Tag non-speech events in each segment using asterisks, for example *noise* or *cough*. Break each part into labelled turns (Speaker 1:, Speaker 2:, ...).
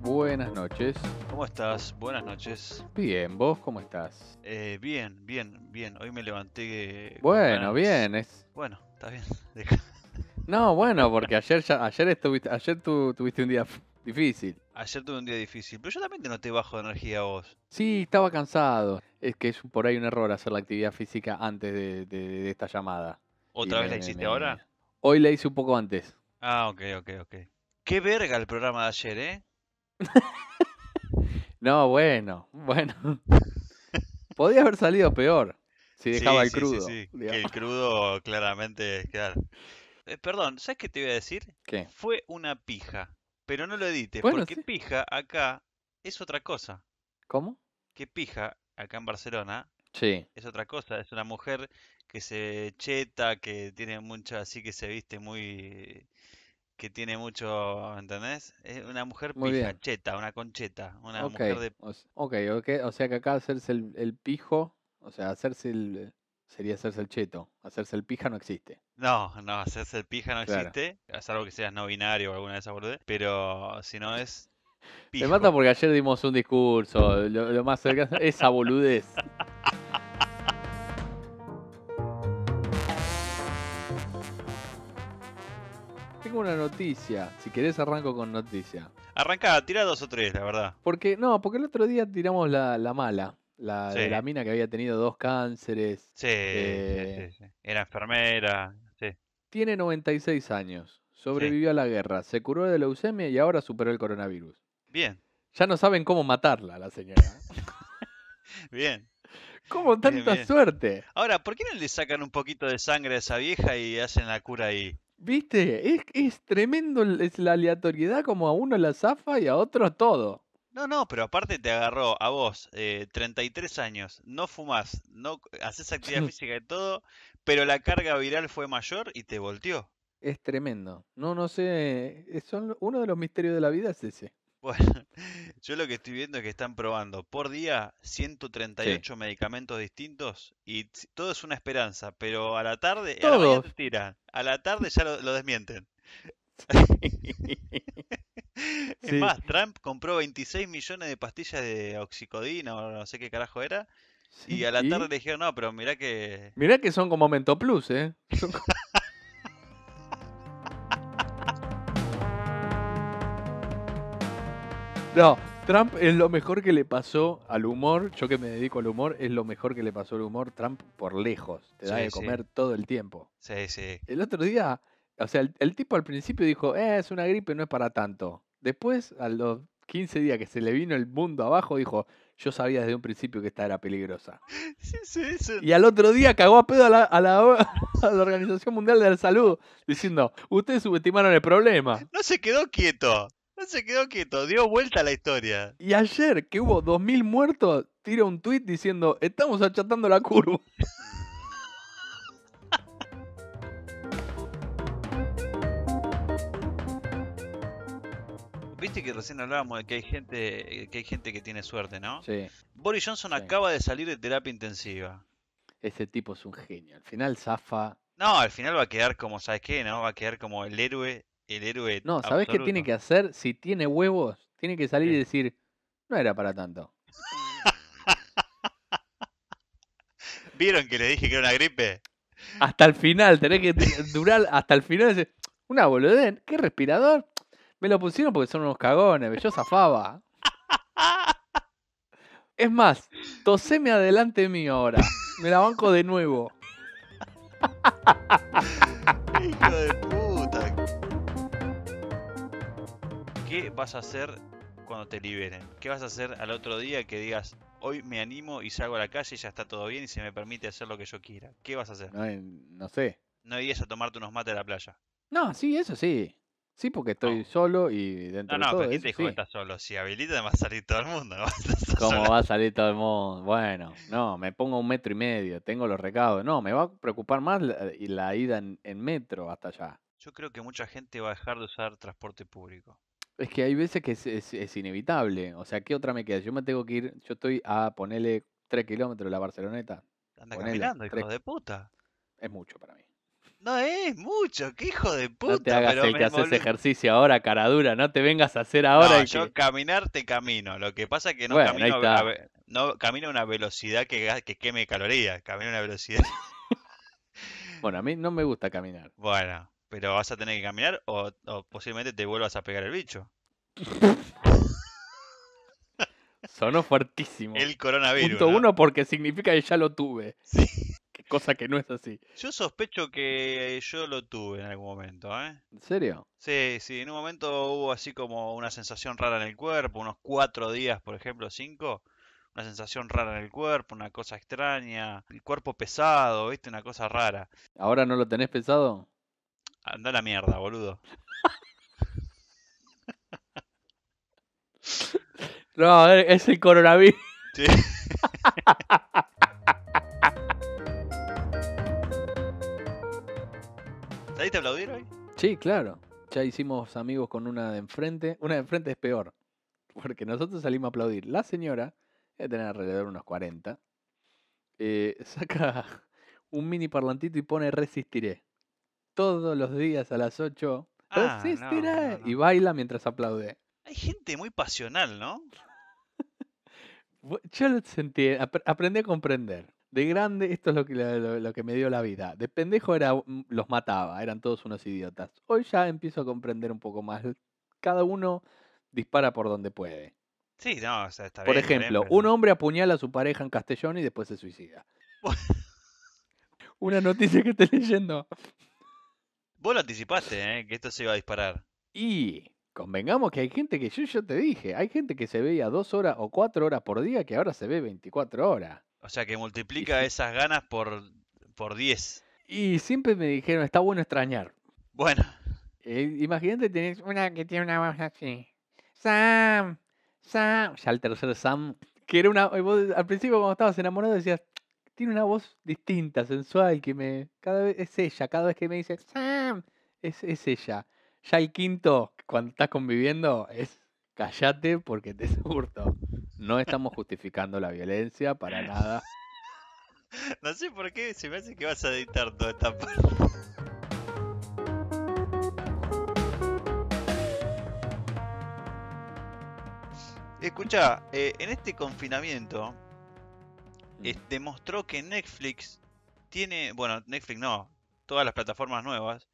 Speaker 1: buenas noches.
Speaker 2: ¿Cómo estás? Buenas noches.
Speaker 1: Bien, ¿vos cómo estás?
Speaker 2: Eh, bien, bien, bien. Hoy me levanté. eh, con
Speaker 1: Bueno,
Speaker 2: ganas.
Speaker 1: bien. es-
Speaker 2: Bueno, está bien. *laughs* Deja-
Speaker 1: No, bueno, porque ayer ya, ayer estuviste, ayer tu- tuviste un día f- difícil.
Speaker 2: Ayer tuve un día difícil, pero yo también te noté bajo de energía a vos.
Speaker 1: Sí, estaba cansado. Es que es por ahí un error hacer la actividad física antes de, de- de esta llamada.
Speaker 2: ¿Otra
Speaker 1: Y
Speaker 2: vez
Speaker 1: me-
Speaker 2: la
Speaker 1: me-
Speaker 2: hiciste
Speaker 1: me-
Speaker 2: ahora?
Speaker 1: Hoy la hice un poco antes.
Speaker 2: Ah, ok, ok, ok. Qué verga el programa de ayer, ¿eh?
Speaker 1: No, bueno, bueno. *laughs* Podía haber salido peor si dejaba
Speaker 2: Sí,
Speaker 1: el
Speaker 2: sí, sí,
Speaker 1: crudo.
Speaker 2: sí, que
Speaker 1: digamos.
Speaker 2: el crudo claramente, claro. Eh, perdón, ¿sabes qué te iba a decir?
Speaker 1: ¿Qué?
Speaker 2: Fue una pija, pero no lo edites,
Speaker 1: Bueno,
Speaker 2: porque
Speaker 1: sí.
Speaker 2: pija acá es otra cosa.
Speaker 1: ¿Cómo?
Speaker 2: Que pija acá en Barcelona
Speaker 1: Sí.
Speaker 2: es otra cosa, es una mujer que se cheta, que tiene mucho, así que se viste muy, que tiene mucho, ¿entendés? Es una mujer
Speaker 1: Muy
Speaker 2: pija,
Speaker 1: bien.
Speaker 2: cheta, una concheta, una
Speaker 1: Ok,
Speaker 2: mujer de...
Speaker 1: o s- ok, ok, o sea que acá hacerse el, el pijo, o sea, hacerse el... sería hacerse el cheto, hacerse el pija no existe.
Speaker 2: No, no, hacerse el pija no
Speaker 1: Claro.
Speaker 2: existe, salvo que seas no binario o alguna de esas boludeces, pero si no es
Speaker 1: Me mata
Speaker 2: pijo.
Speaker 1: porque ayer dimos un discurso, lo, lo más
Speaker 2: *laughs*
Speaker 1: cercano, esa boludez. Tengo una noticia, si querés arranco con noticia.
Speaker 2: Arrancá, tira dos o tres, la verdad.
Speaker 1: Porque, no, porque el otro día tiramos la, la mala, la de
Speaker 2: Sí.
Speaker 1: la mina que había tenido dos cánceres,
Speaker 2: Sí, sí,
Speaker 1: Eh,
Speaker 2: sí, sí. Era enfermera, sí.
Speaker 1: Tiene 96 años, sobrevivió a la guerra, se curó de leucemia y ahora superó el coronavirus.
Speaker 2: Bien,
Speaker 1: Ya no saben cómo matarla, la señora.
Speaker 2: bien.
Speaker 1: ¿Cómo tanta
Speaker 2: bien.
Speaker 1: suerte?
Speaker 2: Ahora, ¿por qué no le sacan un poquito de sangre a esa vieja y hacen la cura ahí?
Speaker 1: ¿Viste? Es, es tremendo el- es la aleatoriedad como a uno la zafa y a otro todo.
Speaker 2: No, no, pero aparte te agarró a vos, eh, 33 años, no fumás, no c- haces
Speaker 1: *laughs*
Speaker 2: actividad física y todo, pero la carga viral fue mayor y te volteó. *laughs*
Speaker 1: Es tremendo. No, no sé. es- Son, uno de los misterios de la vida es ese.
Speaker 2: Bueno, yo lo que estoy viendo es que están probando por día 138 medicamentos distintos y t- todo es una esperanza, pero a la tarde, a la mañana
Speaker 1: Todos.
Speaker 2: te tiran, a la tarde ya lo, lo desmienten. Es
Speaker 1: Sí.
Speaker 2: más, Trump compró 26 millones de pastillas de oxicodina o no sé qué carajo era, y a la
Speaker 1: Sí,
Speaker 2: tarde le dijeron, no, pero mirá que...
Speaker 1: Mirá que son como Mento Plus, ¿eh? Son co- *laughs* No, Trump es lo mejor que le pasó al humor. Yo que me dedico al humor, es lo mejor que le pasó al humor. Trump por lejos. Te da
Speaker 2: Sí,
Speaker 1: de
Speaker 2: sí.
Speaker 1: comer todo el tiempo.
Speaker 2: Sí, sí. *laughs*
Speaker 1: El otro día, o sea, el, el tipo al principio dijo, "Eh, es una gripe, no es para tanto. Después, a los 15 días que se le vino el mundo abajo, dijo, yo sabía desde un principio que esta era peligrosa.
Speaker 2: Sí, sí, sí.
Speaker 1: Y al otro día cagó a pedo a la, a la- a la Organización Mundial de la Salud diciendo, ustedes subestimaron el problema.
Speaker 2: No se quedó quieto. No se quedó quieto. Dio vuelta a la historia.
Speaker 1: Y ayer, que hubo 2.000 muertos, tira un tuit diciendo, estamos achatando la curva.
Speaker 2: Viste que recién hablábamos de que hay gente, eh, que hay gente que tiene suerte, ¿no?
Speaker 1: Sí,
Speaker 2: Boris Johnson
Speaker 1: Sí.
Speaker 2: acaba de salir de terapia intensiva.
Speaker 1: ese tipo es un genio. Al final zafa.
Speaker 2: No, al final va a quedar como, ¿sabes qué? ¿No? Va a quedar como el héroe, el héroe
Speaker 1: No, ¿sabés qué tiene que
Speaker 2: absoluto.
Speaker 1: hacer? Si tiene huevos, tiene que salir y
Speaker 2: ¿Qué?
Speaker 1: decir, no era para tanto.
Speaker 2: ¿Vieron que le dije que era una gripe?
Speaker 1: Hasta el final, tenés que t- durar hasta el final. y decir, Una boludez, ¿qué respirador? Me lo pusieron porque son unos cagones, yo zafaba. Es más, toseme adelante mío ahora. Me la banco de nuevo.
Speaker 2: Hijo de puta. ¿Qué vas a hacer cuando te liberen? ¿Qué vas a hacer al otro día que digas, hoy me animo y salgo a la calle y ya está todo bien y se me permite hacer lo que yo quiera? ¿Qué vas a hacer?
Speaker 1: No, en- no sé.
Speaker 2: No irías a tomarte unos mates a la playa.
Speaker 1: No, sí, eso sí. Sí, porque estoy
Speaker 2: No.
Speaker 1: solo y dentro
Speaker 2: No, no,
Speaker 1: de todo
Speaker 2: pero ¿quién
Speaker 1: eso
Speaker 2: te dijo que
Speaker 1: sí.
Speaker 2: estás solo? Si habilitan va a salir todo el mundo. *laughs* vas a estar
Speaker 1: ¿Cómo
Speaker 2: solo.
Speaker 1: va a salir todo el mundo? Bueno, no, me pongo un metro y medio, tengo los recados. No, me va a preocupar más la, y la ida en, en metro hasta allá.
Speaker 2: Yo creo que mucha gente va a dejar de usar transporte público.
Speaker 1: Es que hay veces que es, es- es inevitable. O sea, ¿qué otra me queda? Yo me tengo que ir, yo estoy a ponerle 3 kilómetros de la Barceloneta.
Speaker 2: Anda
Speaker 1: Ponele,
Speaker 2: caminando,
Speaker 1: tres-
Speaker 2: hijos de puta.
Speaker 1: Es mucho para mí.
Speaker 2: No es mucho, qué hijo de puta.
Speaker 1: No te hagas
Speaker 2: pero
Speaker 1: el
Speaker 2: me
Speaker 1: que haces
Speaker 2: volví-
Speaker 1: ejercicio ahora, cara dura. No te vengas a hacer
Speaker 2: No,
Speaker 1: ahora el
Speaker 2: yo
Speaker 1: que...
Speaker 2: caminar te camino. Lo que pasa es que no
Speaker 1: Bueno, ahí
Speaker 2: camino
Speaker 1: está.
Speaker 2: a, ve- no camino a una velocidad que, ga- que queme calorías. Camino a una velocidad. *laughs*
Speaker 1: Bueno, a mí no me gusta caminar.
Speaker 2: Bueno, pero vas a tener que caminar o, o posiblemente te vuelvas a pegar el bicho.
Speaker 1: Sonó fuertísimo.
Speaker 2: El coronavirus.
Speaker 1: Punto
Speaker 2: ¿no?
Speaker 1: uno porque significa que ya lo tuve.
Speaker 2: Sí.
Speaker 1: Que- Cosa que no es así.
Speaker 2: Yo sospecho que yo lo tuve en algún momento, ¿eh?
Speaker 1: ¿En serio?
Speaker 2: Sí, sí, en un momento hubo así como una sensación rara en el cuerpo, unos cuatro días, por ejemplo, cinco, una sensación rara en el cuerpo, una cosa extraña, el cuerpo pesado, viste, una cosa rara.
Speaker 1: ¿Ahora no lo tenés pensado?
Speaker 2: Anda a la mierda, boludo.
Speaker 1: No, es el coronavirus.
Speaker 2: Sí. ¿Saliste a aplaudir
Speaker 1: Eh,
Speaker 2: hoy?
Speaker 1: Sí, claro. Ya hicimos amigos con una de enfrente. Una de enfrente es peor. Porque nosotros salimos a aplaudir. La señora, debe tener alrededor de unos 40, eh, *laughs* saca un mini parlantito y pone resistiré. Todos los días a las 8.
Speaker 2: Ah, no,
Speaker 1: resistiré.
Speaker 2: no, no.
Speaker 1: Y baila mientras aplaude.
Speaker 2: Hay gente muy pasional, ¿no?
Speaker 1: Bu- Yo lo sentí, apr- aprendí a comprender. De grande, esto es lo que, lo, lo- lo que me dio la vida. De pendejo era, un- los mataba, eran todos unos idiotas. Hoy ya empiezo a comprender un poco más. Cada uno dispara por donde puede.
Speaker 2: Sí, no, o sea, está
Speaker 1: Por
Speaker 2: bien, está bien,
Speaker 1: ejemplo,
Speaker 2: pero-
Speaker 1: un hombre apuñala a su pareja en Castellón y después se
Speaker 2: *laughs*
Speaker 1: suicida. Una noticia que estoy leyendo.
Speaker 2: Vos lo anticipaste, ¿eh? Que esto se iba a disparar.
Speaker 1: Y convengamos que hay gente que yo ya te dije, hay gente que se veía dos horas o cuatro horas por día que ahora se ve 24 horas.
Speaker 2: O sea, que multiplica
Speaker 1: sí.
Speaker 2: esas ganas por, por 10.
Speaker 1: Y siempre me dijeron, está bueno extrañar.
Speaker 2: Bueno,
Speaker 1: Eh, imagínate, tenés una que tiene una voz así. Sam, Sam. Ya el tercer Sam, que era una. eh, vos al principio, cuando estabas enamorado, decías, tiene una voz distinta, sensual, que me. Cada vez es ella, cada vez que me dice Sam, es, es ella. Ya el quinto, cuando estás conviviendo, es callate porque te surto. No estamos justificando la violencia para nada.
Speaker 2: no sé por qué se me hace que vas a editar toda esta parte. Escucha, en este confinamiento eh, demostró que Netflix tiene, bueno, Netflix no, todas las plataformas nuevas,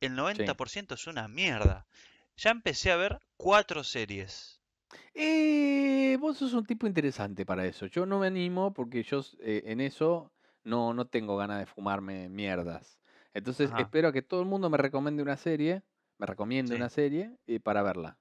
Speaker 2: el 90% es una mierda. Ya empecé a ver cuatro series.
Speaker 1: Eh, vos sos un tipo interesante para eso. Yo no me animo porque yo s- eh, en eso no, no tengo ganas de fumarme mierdas. Entonces
Speaker 2: Ajá.
Speaker 1: espero a que todo el mundo me recomiende una serie, me recomiende
Speaker 2: Sí.
Speaker 1: una serie eh, para verla.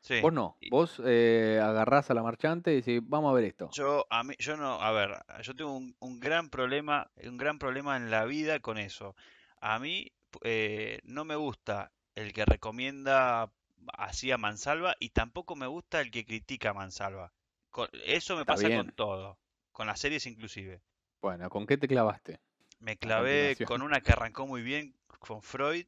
Speaker 2: Sí.
Speaker 1: Vos no,
Speaker 2: Y-
Speaker 1: vos eh, agarrás a la marchante y decís, vamos a ver esto.
Speaker 2: Yo, a mí, yo no, a ver, yo tengo un, un gran problema, un gran problema en la vida con eso. A mí eh, no me gusta el que recomienda así a mansalva y tampoco me gusta el que critica a mansalva. Con- eso me
Speaker 1: Está
Speaker 2: pasa con
Speaker 1: bien.
Speaker 2: todo, con las series inclusive.
Speaker 1: Bueno, ¿con qué te clavaste?
Speaker 2: Me clavé
Speaker 1: continuación.
Speaker 2: con una que arrancó muy bien con Freud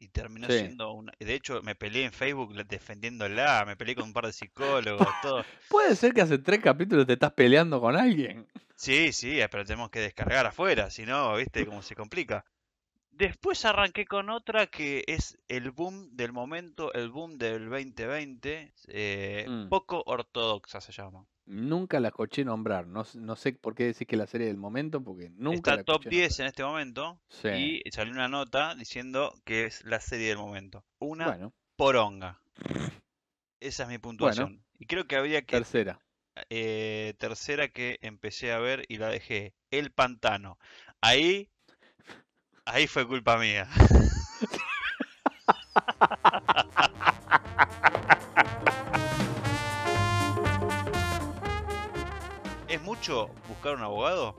Speaker 2: y terminó
Speaker 1: Sí.
Speaker 2: siendo una... De hecho, me peleé en Facebook la- defendiéndola, me peleé con un par de psicólogos, todo.
Speaker 1: Puede ser que hace tres capítulos te estás peleando con alguien.
Speaker 2: Sí, sí, eh, pero tenemos que descargar afuera, si no, viste cómo se complica. Después arranqué con otra que es el boom del momento, el boom del 2020, eh,
Speaker 1: Mm.
Speaker 2: poco ortodoxa se llama.
Speaker 1: Nunca la escuché nombrar. No, s- no sé por qué decís que es la serie del momento porque nunca
Speaker 2: Está
Speaker 1: la
Speaker 2: top
Speaker 1: escuché
Speaker 2: 10 en este momento
Speaker 1: nombrar. Sí.
Speaker 2: y salió una nota diciendo que es la serie del momento. Una
Speaker 1: Bueno, *laughs*
Speaker 2: poronga. Esa es mi puntuación. Y creo que habría que
Speaker 1: tercera.
Speaker 2: eh, tercera que empecé a ver y la dejé, El Pantano. Ahí, ahí fue culpa mía. *laughs* ¿Es mucho buscar un abogado?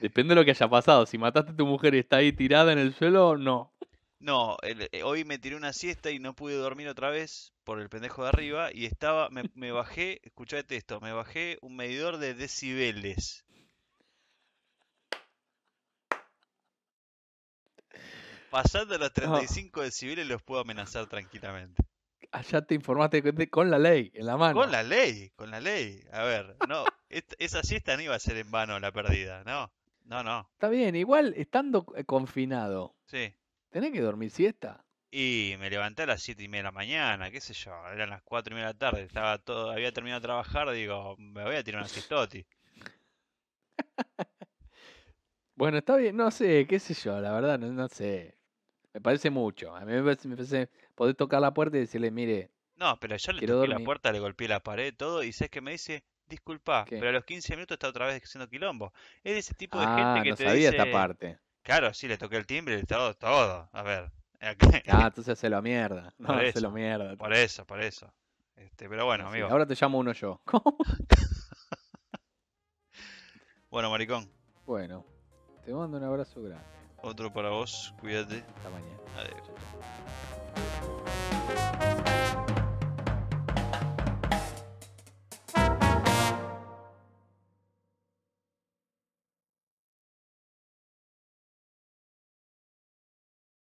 Speaker 1: Depende de lo que haya pasado. Si mataste a tu mujer y está ahí tirada en el suelo, no.
Speaker 2: No, el- eh, hoy me tiré una siesta y no pude dormir otra vez por el pendejo de arriba y estaba, me, me bajé, escuchate esto, me bajé un medidor de decibeles. Pasando los 35 decibeles los puedo amenazar tranquilamente.
Speaker 1: Allá te informaste con- con la ley en la mano.
Speaker 2: Con la ley, con la ley. A ver, no, est- esa siesta no iba a ser en vano la perdida, no, no, no,
Speaker 1: Está bien, igual estando eh, confinado,
Speaker 2: sí.
Speaker 1: ¿tenés que dormir siesta?
Speaker 2: Y me levanté a las 7 y media de la mañana, qué sé yo, eran las 4 y media de la tarde, estaba todo, había terminado de trabajar, digo, me voy a tirar una siestoti.
Speaker 1: Bueno, está bien, no sé, qué sé yo, la verdad, no, no sé. Me parece mucho. A mí me parece, me parece- podés tocar la puerta y decirle, mire,
Speaker 2: No, pero ya le
Speaker 1: Quiero
Speaker 2: toqué la
Speaker 1: dormir.
Speaker 2: puerta, le golpeé la pared, todo, y sabes que me dice, disculpa,
Speaker 1: ¿Qué?
Speaker 2: pero a los 15 minutos está otra vez haciendo quilombo. Es de ese tipo de gente
Speaker 1: ah,
Speaker 2: que
Speaker 1: no
Speaker 2: te
Speaker 1: sabía esta
Speaker 2: dice, *laughs*
Speaker 1: parte.
Speaker 2: claro, sí, le toqué el timbre, todo, todo, a ver, *laughs* acá-
Speaker 1: Ah, entonces hacelo mierda. No,
Speaker 2: Por
Speaker 1: hacelo
Speaker 2: eso,
Speaker 1: mierda.
Speaker 2: por eso, por eso. Este, pero bueno,
Speaker 1: Sí,
Speaker 2: amigo,
Speaker 1: Ahora te llamo uno yo.
Speaker 2: bueno, maricón,
Speaker 1: bueno, te mando un abrazo grande.
Speaker 2: otro para vos, cuídate,
Speaker 1: Hasta mañana.
Speaker 2: adiós.
Speaker 1: Chau, chau.